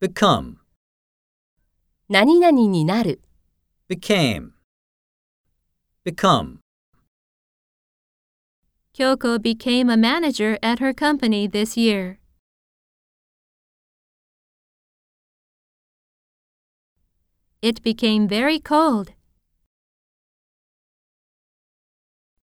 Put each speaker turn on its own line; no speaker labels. Become,
何々になる、
became. Become.
Kyoko became a manager at her company this year. It became very cold.